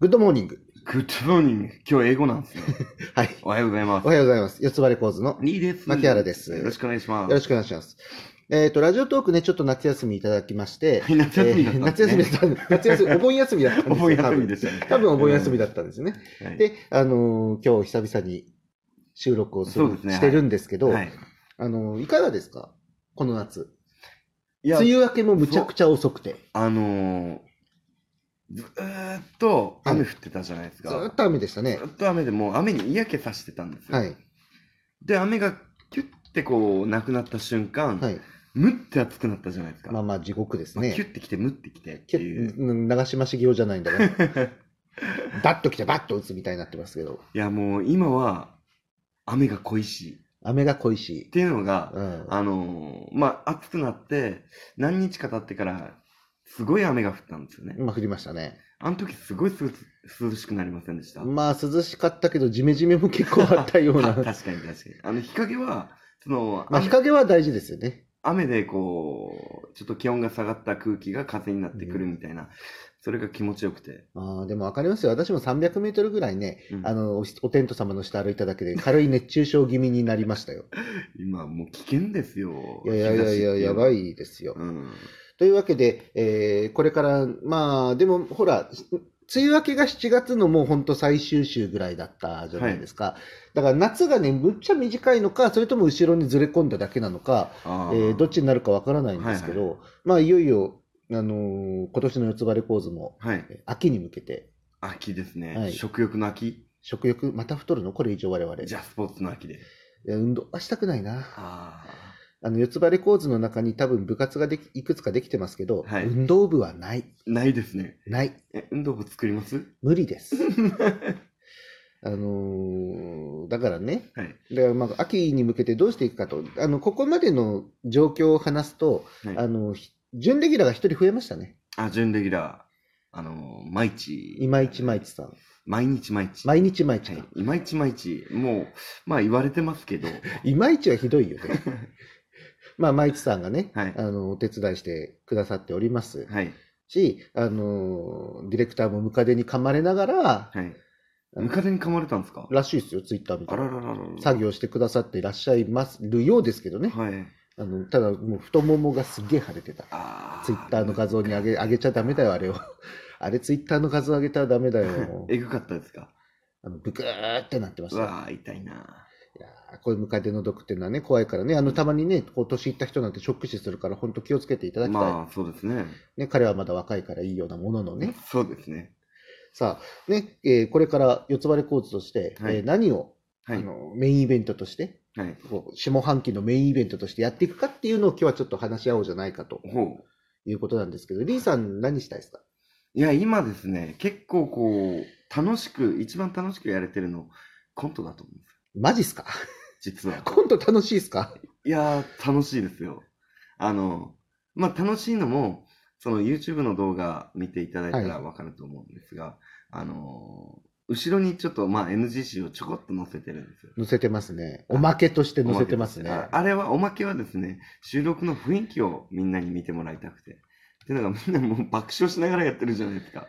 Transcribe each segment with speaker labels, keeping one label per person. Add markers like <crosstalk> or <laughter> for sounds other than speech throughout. Speaker 1: グッドモーニング。
Speaker 2: グッドモーニング。今日英語なんで
Speaker 1: <laughs>
Speaker 2: すよ。
Speaker 1: はい。
Speaker 2: おはようございま
Speaker 1: お
Speaker 2: す。
Speaker 1: はようございます。四つ葉レコーズの。よ
Speaker 2: いいです。
Speaker 1: 牧原です
Speaker 2: よろしくお願いします。
Speaker 1: ろしくお願いします。えっ、と、ラジオトークね、ちょっと夏休みいただきまして。
Speaker 2: はい夏休みだったん
Speaker 1: えー夏休みだ
Speaker 2: で <laughs>
Speaker 1: ったんです。夏休み、お盆休みだったんですよ。
Speaker 2: お盆休み
Speaker 1: で。
Speaker 2: でしたね。
Speaker 1: 多分お盆休みだったんですよね。
Speaker 2: はい
Speaker 1: で、あのー今日久々に収録をす
Speaker 2: そう
Speaker 1: る
Speaker 2: ですね
Speaker 1: してるんですけど、
Speaker 2: はい
Speaker 1: あのーいかがですかこの夏。
Speaker 2: いや
Speaker 1: 梅、雨明けもむちゃくちゃ遅くて。
Speaker 2: あのー、ずーっと雨降ってたじゃないです
Speaker 1: ず
Speaker 2: か。
Speaker 1: ーっと雨でしたね
Speaker 2: ず。ーっと雨で、もう雨に嫌気さしてたんですよ。
Speaker 1: はい。
Speaker 2: で、雨がキュッてこう、なくなった瞬間、
Speaker 1: はい。
Speaker 2: むって暑くなったじゃないですか。
Speaker 1: まあまあ地獄です
Speaker 2: まあキュ
Speaker 1: ね。
Speaker 2: ッてきて、むってきてって
Speaker 1: キ
Speaker 2: い
Speaker 1: ュッ
Speaker 2: う。
Speaker 1: うん長島茂雄じゃないんだ
Speaker 2: <laughs>
Speaker 1: から。バッと来てバッと打つみたいになってますけど、
Speaker 2: いや、もう今は、雨が恋しい。っ
Speaker 1: 雨が恋しい。
Speaker 2: ていうのが、
Speaker 1: うん、
Speaker 2: あのーまあ、暑くなって、何日か経ってから、すごい雨が降ったんですよね。
Speaker 1: 今降りましたね。
Speaker 2: あの時、すごい涼涼しくなりませんでした。
Speaker 1: まあ涼しかったけど、ジメジメも結構あったような
Speaker 2: た。確かに確かに。 <laughs> あの、日陰は、その、
Speaker 1: まあ
Speaker 2: 雨
Speaker 1: 日陰は大事ですよね。
Speaker 2: 雨でこう、ちょっと気温が下がった空気が風になってくるみたいな、それが気持ちよくて。
Speaker 1: あーでも分かりますよ。私も300メートルぐらいね、
Speaker 2: うん
Speaker 1: あの、おしおテント様の下歩いただけで軽い熱中症気味になりましたよ。
Speaker 2: 今、もう危険ですよ。
Speaker 1: いやいやいやいや、
Speaker 2: 日差しってう
Speaker 1: や
Speaker 2: の
Speaker 1: ば。いですよ。
Speaker 2: うん。
Speaker 1: というわけで、えーこれから、まあ、でもほら、梅雨明けが7月のもう本当最終週ぐらいだったじゃないですか。だから夏がね、むっちゃ短いのか、それとも後ろにずれ込んだだけなのか、
Speaker 2: あ
Speaker 1: え
Speaker 2: ー
Speaker 1: ーどっちになるかわからないんですけど、
Speaker 2: は
Speaker 1: まあ、いよいよ、あのー今年の四つ葉レコーズも
Speaker 2: はい。
Speaker 1: えー秋に向けて、
Speaker 2: 秋ですね。
Speaker 1: はい
Speaker 2: 食欲の秋。
Speaker 1: 食欲、また太るのこれ以上我々。
Speaker 2: じゃあ、スポーツの秋で。
Speaker 1: いや運動はしたくないな。
Speaker 2: あ
Speaker 1: あの、四つ葉レコーズの中に多分部活ができ、いくつかできてますけど、
Speaker 2: はい
Speaker 1: 運動部はない。
Speaker 2: あ。ないですね。
Speaker 1: ない。
Speaker 2: え、運動部作ります
Speaker 1: 無理
Speaker 2: <laughs>
Speaker 1: です。あのーだからね、
Speaker 2: はい。
Speaker 1: だからまあ秋に向けてどうしていくかと、あのここまでの状況を話すと、
Speaker 2: はい
Speaker 1: あのひ準レギュラーが一人増えましたね、
Speaker 2: あ、準レギュラー、あの、毎日。
Speaker 1: 今市毎日さん、
Speaker 2: 毎日毎日。
Speaker 1: 毎日毎日
Speaker 2: はい
Speaker 1: か、、
Speaker 2: 今一毎日、もう、まあ言われてます
Speaker 1: <laughs>
Speaker 2: けど、は
Speaker 1: 今市はひどいよ
Speaker 2: <laughs>
Speaker 1: ね。まあ、毎日さんがね、
Speaker 2: はい
Speaker 1: あの、お手伝いしてくださっております
Speaker 2: い、
Speaker 1: し、あのーディレクターもムカデに噛まれながら、
Speaker 2: はい。ムカデに噛まれたんですから
Speaker 1: しいですよ、ツイッターみた
Speaker 2: あ
Speaker 1: いな
Speaker 2: ららららら。
Speaker 1: 作業してくださっていらっしゃいまするようですけどね。
Speaker 2: はい。
Speaker 1: あのただ、もう太ももがすげえ腫れてた。
Speaker 2: あ。
Speaker 1: ツイッターの画像に上げ上げちゃダメだよ、あれを。 <laughs> あれ、ツイッターの画像上げたらダメだよ
Speaker 2: <laughs> えぐかったですか
Speaker 1: あのブクーってなってまし
Speaker 2: う
Speaker 1: た。い
Speaker 2: わー、痛いな
Speaker 1: やーこういうムカデの毒っていうのはね、怖いからね、あのたまにね、こう年いった人なんてショック死するから、本当気をつけていただきたい、
Speaker 2: まあ、そうですね。
Speaker 1: ね。彼はまだ若いからいいようなもののね。
Speaker 2: そうですね。
Speaker 1: さあ、ね、えーこれから四つ葉レコーズとして、
Speaker 2: はい
Speaker 1: えー何を、
Speaker 2: はい。
Speaker 1: あ
Speaker 2: は
Speaker 1: のメインイベントとして、
Speaker 2: い。
Speaker 1: こう下半期のメインイベントとしてやっていくかっていうのを今日はちょっと話し合おうじゃないかと
Speaker 2: ほう。
Speaker 1: いうことなんですけど、リーさん何したいですか
Speaker 2: いや、今ですね、結構こう、楽しく、一番楽しくやれてるの、コントだと思うんで
Speaker 1: マジっすか <laughs>
Speaker 2: すよ実は。
Speaker 1: コント楽しいっすか
Speaker 2: いやー、楽しいですよ。あの、まあ、楽しいのも、その YouTube の動画見ていただいたら
Speaker 1: は
Speaker 2: わかると思うんですが、あのー後ろにちょっと、まあ、NGC をちょこっと載せてるんですよ。
Speaker 1: 載せてますね。おまけとして載せてますね。
Speaker 2: ああれは、おまけはですね、収録の雰囲気をみんなに見てもらいたくて。っていうのがみんなもう爆笑しながらやってるじゃないですか。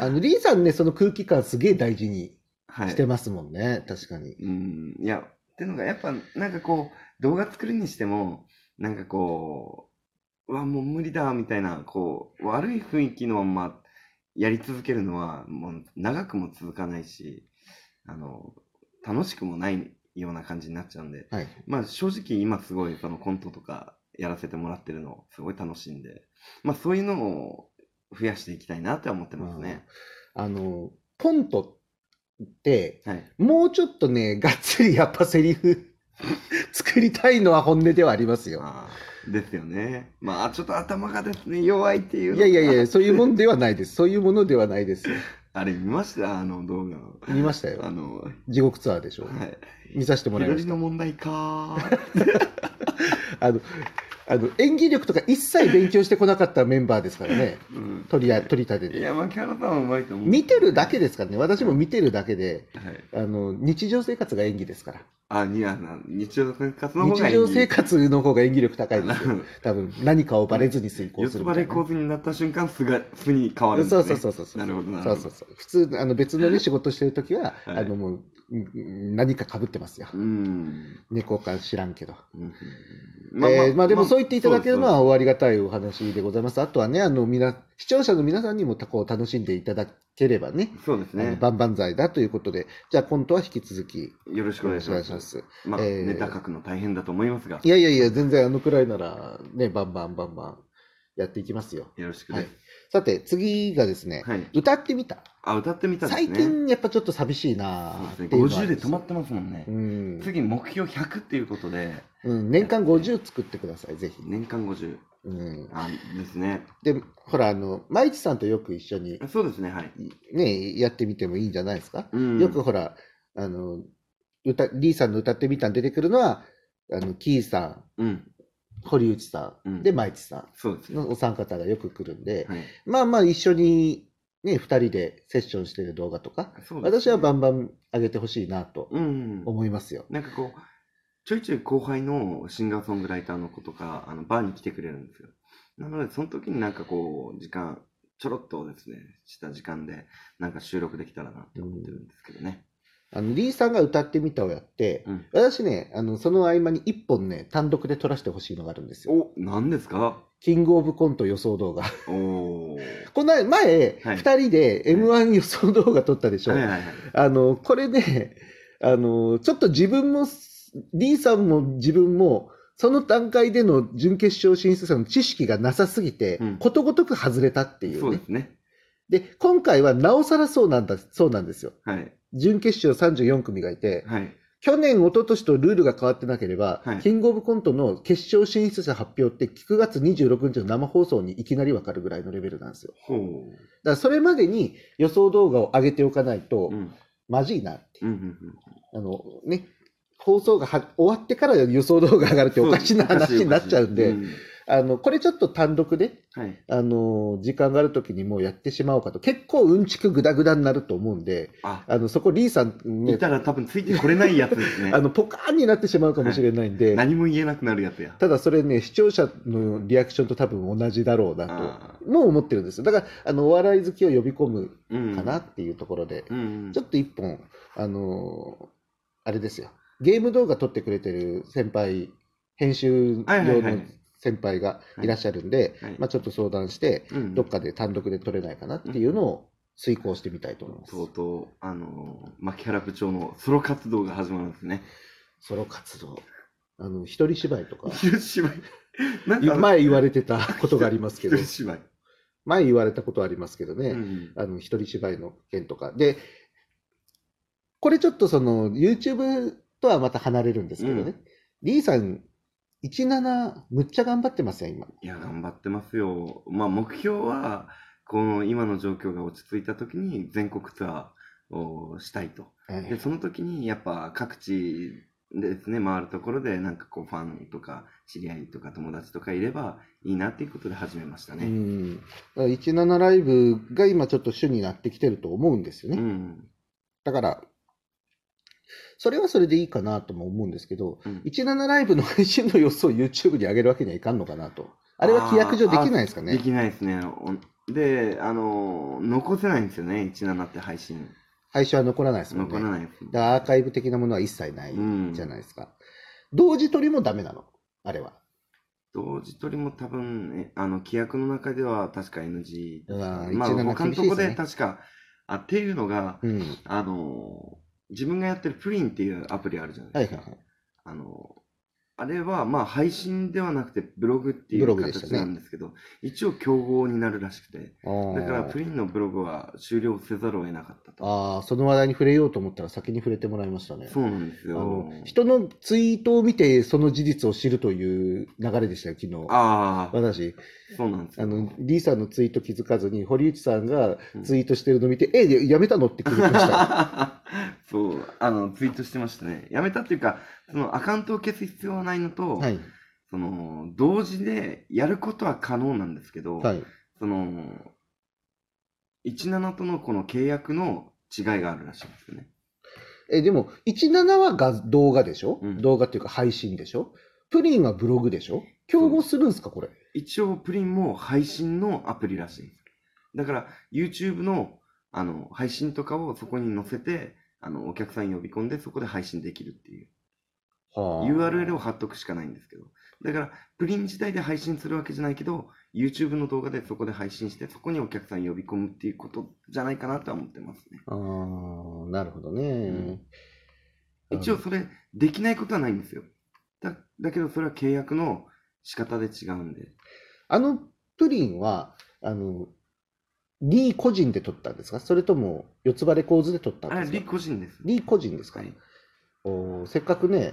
Speaker 1: あの、リーさんね、その空気感すげえ大事に
Speaker 2: はい。
Speaker 1: してますもんね。確かに。
Speaker 2: うん、いや、ってのが、やっぱ、なんかこう、動画作るにしても、なんかこう、うわ、もう無理だ、みたいな、こう、悪い雰囲気のまんま、やり続けるのは、もう、長くも続かないし、あの、楽しくもないような感じになっちゃうんで、
Speaker 1: はい。
Speaker 2: まあ、正直、今すごい、そのコントとか、やらせてもらってるの、すごい楽しいんで、まあ、そういうのを増やしていきたいなって思ってますね。
Speaker 1: あの、コントって、
Speaker 2: はい。
Speaker 1: もうちょっとね、がっつりやっぱセリフ <laughs> 作りたいのは本音ではありますよ。
Speaker 2: あーですよね。まあ、ちょっと頭がですね、弱いっていう
Speaker 1: い
Speaker 2: の
Speaker 1: や
Speaker 2: が
Speaker 1: いやいや、そういうもんではないです。そういうものではないですよ。
Speaker 2: あれ見ましたあの動画の。
Speaker 1: 見ました
Speaker 2: あ
Speaker 1: よ。
Speaker 2: の、は
Speaker 1: 地獄ツアーでしょ。
Speaker 2: い。
Speaker 1: 見させてもらいま
Speaker 2: 左
Speaker 1: した
Speaker 2: の。問題かー。
Speaker 1: あの、あの演技力とか一切勉強してこなかったメンバーですからね。
Speaker 2: うん、
Speaker 1: 取りあ、取り立て
Speaker 2: い
Speaker 1: て。
Speaker 2: や、まあ、キャラさんはうまいと思う。
Speaker 1: 見てるだけですからね。私も見てるだけで。
Speaker 2: はい。
Speaker 1: あの日常生活が演技ですから。
Speaker 2: あ、いや、な日常の生活の方が
Speaker 1: 日
Speaker 2: いい。
Speaker 1: 常生活の方が演技力高いですよ。多分、何かをバレずに遂行
Speaker 2: 四
Speaker 1: す
Speaker 2: つ
Speaker 1: る
Speaker 2: 葉
Speaker 1: みた
Speaker 2: で
Speaker 1: いな。
Speaker 2: 構図になった瞬間、すが、すに変わるんです
Speaker 1: そうそ
Speaker 2: ね。
Speaker 1: うそうそうそう。
Speaker 2: なるほどなる
Speaker 1: そ
Speaker 2: ほ
Speaker 1: う
Speaker 2: ど
Speaker 1: そうそう。普通、あの別のね、仕事してるときは、
Speaker 2: はい
Speaker 1: あのもう、うん何か被ってますよ。
Speaker 2: うん。
Speaker 1: 猫か知らんけど。
Speaker 2: うん
Speaker 1: まあまあでもそう言っていただけるのは
Speaker 2: そう
Speaker 1: 終わりがたいお話でございます。あとはね、あの、みな、視聴者の皆さんにもこう楽しんでいただければね、
Speaker 2: ですそうです
Speaker 1: あの
Speaker 2: ね。
Speaker 1: 万々歳だということで、じゃあ今度は引き続き、よ
Speaker 2: よろしくお願いします。
Speaker 1: す。
Speaker 2: まあ、
Speaker 1: えー
Speaker 2: ネタ書くの大変だと思いますが、
Speaker 1: いやいやいや、全然あのくらいなら、ね、バンバンバンバンやっていきますよ。
Speaker 2: よろしく
Speaker 1: は
Speaker 2: で
Speaker 1: い
Speaker 2: す。。
Speaker 1: さて、次がですね、
Speaker 2: はい。
Speaker 1: 歌ってみた。
Speaker 2: あ、歌ってみたんですね。
Speaker 1: 最近やっぱちょっと寂しいな
Speaker 2: そう
Speaker 1: あっ
Speaker 2: です
Speaker 1: ていうの
Speaker 2: ね。
Speaker 1: はあ
Speaker 2: 50
Speaker 1: り
Speaker 2: で
Speaker 1: ます
Speaker 2: 止まってますもんね
Speaker 1: う。ん、
Speaker 2: 次、目標100っていうことで、
Speaker 1: うん、年間50作ってください、ぜひ。
Speaker 2: 年間50。
Speaker 1: うん、
Speaker 2: あ、ですね。
Speaker 1: で、ほら、あの、マイチさんとよく一緒に、
Speaker 2: そうですね、はい。
Speaker 1: ね、やってみてもいいんじゃないですか。
Speaker 2: うん
Speaker 1: よくほら、あの、歌、リーさんの歌ってみたん出てくるのは、あの、キーさん、
Speaker 2: うん。
Speaker 1: 堀内さ、
Speaker 2: うんん
Speaker 1: で、マイチさ
Speaker 2: そうです
Speaker 1: ん
Speaker 2: ね。
Speaker 1: のお三方がよく来るんで、
Speaker 2: はい。
Speaker 1: まあまあ一緒に、ね、二人でセッションしてる動画とか、
Speaker 2: そうですね
Speaker 1: 私はバンバン上げてほしいなと
Speaker 2: うん。
Speaker 1: 思いますよ。
Speaker 2: なんかこう、ちょいちょい後輩のシンガーソングライターの子とか、あの、バーに来てくれるんですよ。なので、その時になんかこう、時間、ちょろっとですね、した時間で、なんか収録できたらなって思ってるんですけどね。
Speaker 1: あの、リーさんが歌ってみたをやって、
Speaker 2: うん
Speaker 1: 私ね、あの、その合間に一本ね、単独で撮らせてほしいのがあるんですよ。
Speaker 2: お、何ですか
Speaker 1: キングオブコント予想動画。 <laughs>
Speaker 2: おー。
Speaker 1: この前、
Speaker 2: はい
Speaker 1: 二人で M1 予想動画撮ったでしょ。
Speaker 2: はいはいはい。
Speaker 1: あの、これね、あの、ちょっと自分も、リーさんも自分も、その段階での準決勝進出者の知識がなさすぎて、
Speaker 2: うん
Speaker 1: ことごとく外れたってい
Speaker 2: そうう
Speaker 1: ね
Speaker 2: で。すね。
Speaker 1: で今回はなおさらそうなんだ、そうなんですよ。
Speaker 2: はい。
Speaker 1: 準決勝34組がいて、
Speaker 2: はい。
Speaker 1: 去年、一昨年とルールが変わってなければ、
Speaker 2: はい
Speaker 1: キングオブコントの決勝進出者発表って9月26日の生放送にいきなりわかるぐらいのレベルなんですよ。
Speaker 2: ほ。
Speaker 1: だからそれまでに予想動画を上げておかないうと
Speaker 2: う、ん。
Speaker 1: まずいなって。
Speaker 2: うんうんうん。
Speaker 1: あのね、放送がは終わってから予想動画上がるっておかしな話になっちゃうんで、
Speaker 2: おかしいおかし
Speaker 1: あの、これちょっと単独で、
Speaker 2: いうんはい。
Speaker 1: あの、時間がある時にもうやってしまおうかと、結構うんちくぐだぐだになると思うんで、
Speaker 2: あ、
Speaker 1: あの、そこリーさんね
Speaker 2: い、たら多分ついてこれないやつですね
Speaker 1: あ。の、ポカーンになってしまうかもしれないんで、
Speaker 2: 何も言えなくなるやつや。
Speaker 1: ただそれね、視聴者のリアクションと多分同じだろうな
Speaker 2: あ
Speaker 1: と、もう思ってるんですよ。だから、あの、お笑い好きを呼び込む
Speaker 2: ーうん
Speaker 1: かなっていうところで、
Speaker 2: うんうん。
Speaker 1: ちょっと一本、あのーあれですよ。ゲーム動画撮ってくれてる先輩、編集
Speaker 2: はいはい
Speaker 1: 用
Speaker 2: は
Speaker 1: の
Speaker 2: い
Speaker 1: 先輩がいらっしゃるんで、
Speaker 2: はい
Speaker 1: まあちょっと相談して、
Speaker 2: うん
Speaker 1: どっかで単独で撮れないかなっていうのを遂行してみたいと思います。
Speaker 2: とうとう、あのー、牧原部長のソロ活動が始まるんですね。
Speaker 1: ソロ活動。あの、一人芝居と
Speaker 2: <laughs>
Speaker 1: か、
Speaker 2: 昼芝居。なんか、
Speaker 1: 前言われてたことがあり
Speaker 2: <laughs>
Speaker 1: ますけど
Speaker 2: 昼、芝居。
Speaker 1: 前言われたことありますけどね、
Speaker 2: うん
Speaker 1: あの、一人芝居の件とか。で、これちょっとその、YouTube とはまた離れるんですけどね。
Speaker 2: うん
Speaker 1: リーさん、17、むっちゃ頑張ってますよ、今。
Speaker 2: いや、頑張ってますよ。まあ、目標は、この今の状況が落ち着いた時に全国ツアーをしたいと。で、その時にやっぱ各地でですね、回るところでなんかこうファンとか知り合いとか友達とかいればいいなっていうことで始めました
Speaker 1: う
Speaker 2: ね。
Speaker 1: ん。だから17ライブが今ちょっと主になってきてると思うんですよ
Speaker 2: う
Speaker 1: ね。
Speaker 2: ん。
Speaker 1: だから、それはそれでいいかなとも思うんですけど、
Speaker 2: うん
Speaker 1: 17ライブの配信の様子を YouTube に上げるわけにはいかんのかなと。あれは規約上できないですか
Speaker 2: で
Speaker 1: ね。
Speaker 2: きないですね。おで、あの、残せないんですよね、17って配信。
Speaker 1: 配信は残らないですもんね。
Speaker 2: 残らないです
Speaker 1: だからアーカイブ的なものは一切ない
Speaker 2: うん
Speaker 1: じゃないですか。同時撮りもダメなの、あれは。
Speaker 2: 同時取りも多分、ね、あの、規約の中では確か NG
Speaker 1: うわー
Speaker 2: まあ、
Speaker 1: 17
Speaker 2: 他のとこ
Speaker 1: 厳し
Speaker 2: で
Speaker 1: いで
Speaker 2: 確か、あ、っていうのが、
Speaker 1: うん。はい
Speaker 2: あの、自分がやってるプリンっていうアプリあるじゃない
Speaker 1: は
Speaker 2: で
Speaker 1: い
Speaker 2: すか。
Speaker 1: はい。
Speaker 2: あの、あれは、まあ、配信ではなくて、ブログってい
Speaker 1: ブロ
Speaker 2: う
Speaker 1: グでしたね
Speaker 2: 形なんですけど、一応競合になるらしくて、
Speaker 1: あー
Speaker 2: だから、プリンのブログは終了せざるを得なかったと。
Speaker 1: あー、その話題に触れようと思ったら先に触れてもらいましたね。
Speaker 2: そうなんです
Speaker 1: あ
Speaker 2: よ
Speaker 1: の。人のツイートを見てその事実を知るという流れでしたよ、昨日。
Speaker 2: ああ、
Speaker 1: 私、
Speaker 2: そうなんです
Speaker 1: あ
Speaker 2: よ。
Speaker 1: の、リーさんのツイート気づかずに、堀内さんが
Speaker 2: うん
Speaker 1: ツイートしてるの見て、え、やめたのって気づきま
Speaker 2: <laughs>
Speaker 1: した。
Speaker 2: <laughs> そう、あの、ツイートしてましたね。やめたっていうか、そのアカウントを消す必要はないのと、
Speaker 1: はい。
Speaker 2: その、同時でやることは可能なんですけど、
Speaker 1: はい。
Speaker 2: その、17とのこの契約の違いがあるらしいんですよね。
Speaker 1: え、でも、17はが動画でしょ、
Speaker 2: うん
Speaker 1: 動画っていうか配信でしょプリンはブログでしょ競合するんすかこれ。
Speaker 2: 一応プリンも配信のアプリらしいんです。だから YouTube のあの配信とかをそこに載せてあのお客さん呼び込んでそこで配信できるっていう
Speaker 1: は
Speaker 2: URL を貼っとくしかないんですけどだからプリン自体で配信するわけじゃないけど YouTube の動画でそこで配信してそこにお客さん呼び込むっていうことじゃないかなとは思ってますね
Speaker 1: あーなるほどね。
Speaker 2: ん一応それできないことはないんですよだだけどそれは契約の仕方で違うんで
Speaker 1: あのプリンは、あの、リー個人で取ったんですかそれとも四つ葉レコーズで取ったん
Speaker 2: あ
Speaker 1: で
Speaker 2: れ
Speaker 1: す
Speaker 2: リ
Speaker 1: か
Speaker 2: 個人です
Speaker 1: リー個人ですか、
Speaker 2: はい
Speaker 1: おーせっかくね、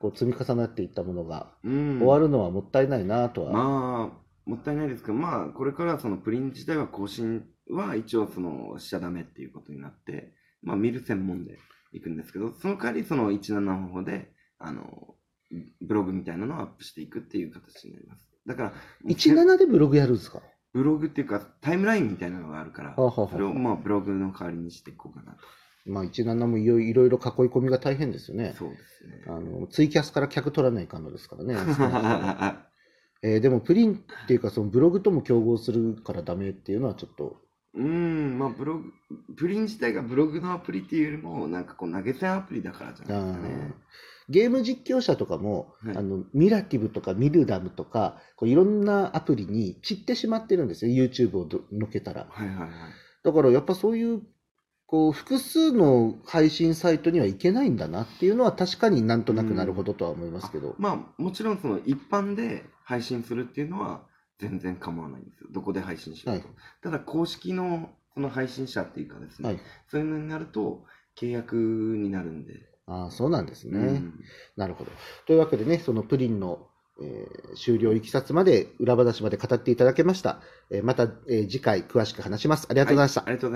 Speaker 1: こう積み重なっていったものが
Speaker 2: うん
Speaker 1: 終わるのはもったいないなとは。
Speaker 2: まあ、もったいないですけど、まあ、これからそのプリン自体は更新は一応そのしちゃダメっていうことになって、まあ、見る専門で行くんですけど、その代わりその17の方で、あの、ブログみたいなのをアップしていくっていう形になります。だから、
Speaker 1: 17でブログやるんですか
Speaker 2: ブログっていうかタイムラインみたいなのがあるから、
Speaker 1: はあはあはあ
Speaker 2: それをまあブログの代わりにしていこうかなと。
Speaker 1: まあ、17もいろいろいろ囲い込みが大変ですよね。
Speaker 2: そうですね。 <laughs>
Speaker 1: あのツイキャスから客取らないかんのですからね。
Speaker 2: あ
Speaker 1: えーでもプリンっていうかそのブログとも競合するからダメっていうのはちょっと。
Speaker 2: うん、まあブログ、プリン自体がブログのアプリっていうよりも、なんかこう投げ銭アプリだからじゃ
Speaker 1: あ
Speaker 2: ないですか
Speaker 1: ー
Speaker 2: ね。
Speaker 1: ゲーム実況者とかも、
Speaker 2: はい
Speaker 1: あのミラティブとかミルダムとかこういろんなアプリに散ってしまってるんですよ YouTube をどのけたら
Speaker 2: はいはいはい。
Speaker 1: だからやっぱそういうこう複数の配信サイトにはいけないんだなっていうのは確かになんとなくなるほどとは思いますけど、
Speaker 2: まあもちろんその一般で配信するっていうのは全然構わないんですよ。どこで配信しようと。
Speaker 1: は
Speaker 2: ただ公式のその配信者っていうかですね、
Speaker 1: はい
Speaker 2: そういうのになると契約になるんで。
Speaker 1: ああそうなんですね、
Speaker 2: うん
Speaker 1: なるほど。というわけでね、そのプリンの、えー終了いきさつまで、裏話まで語っていただけました。えーまた、えー次回詳しく話します。ありがとうございました。
Speaker 2: ありがとうございます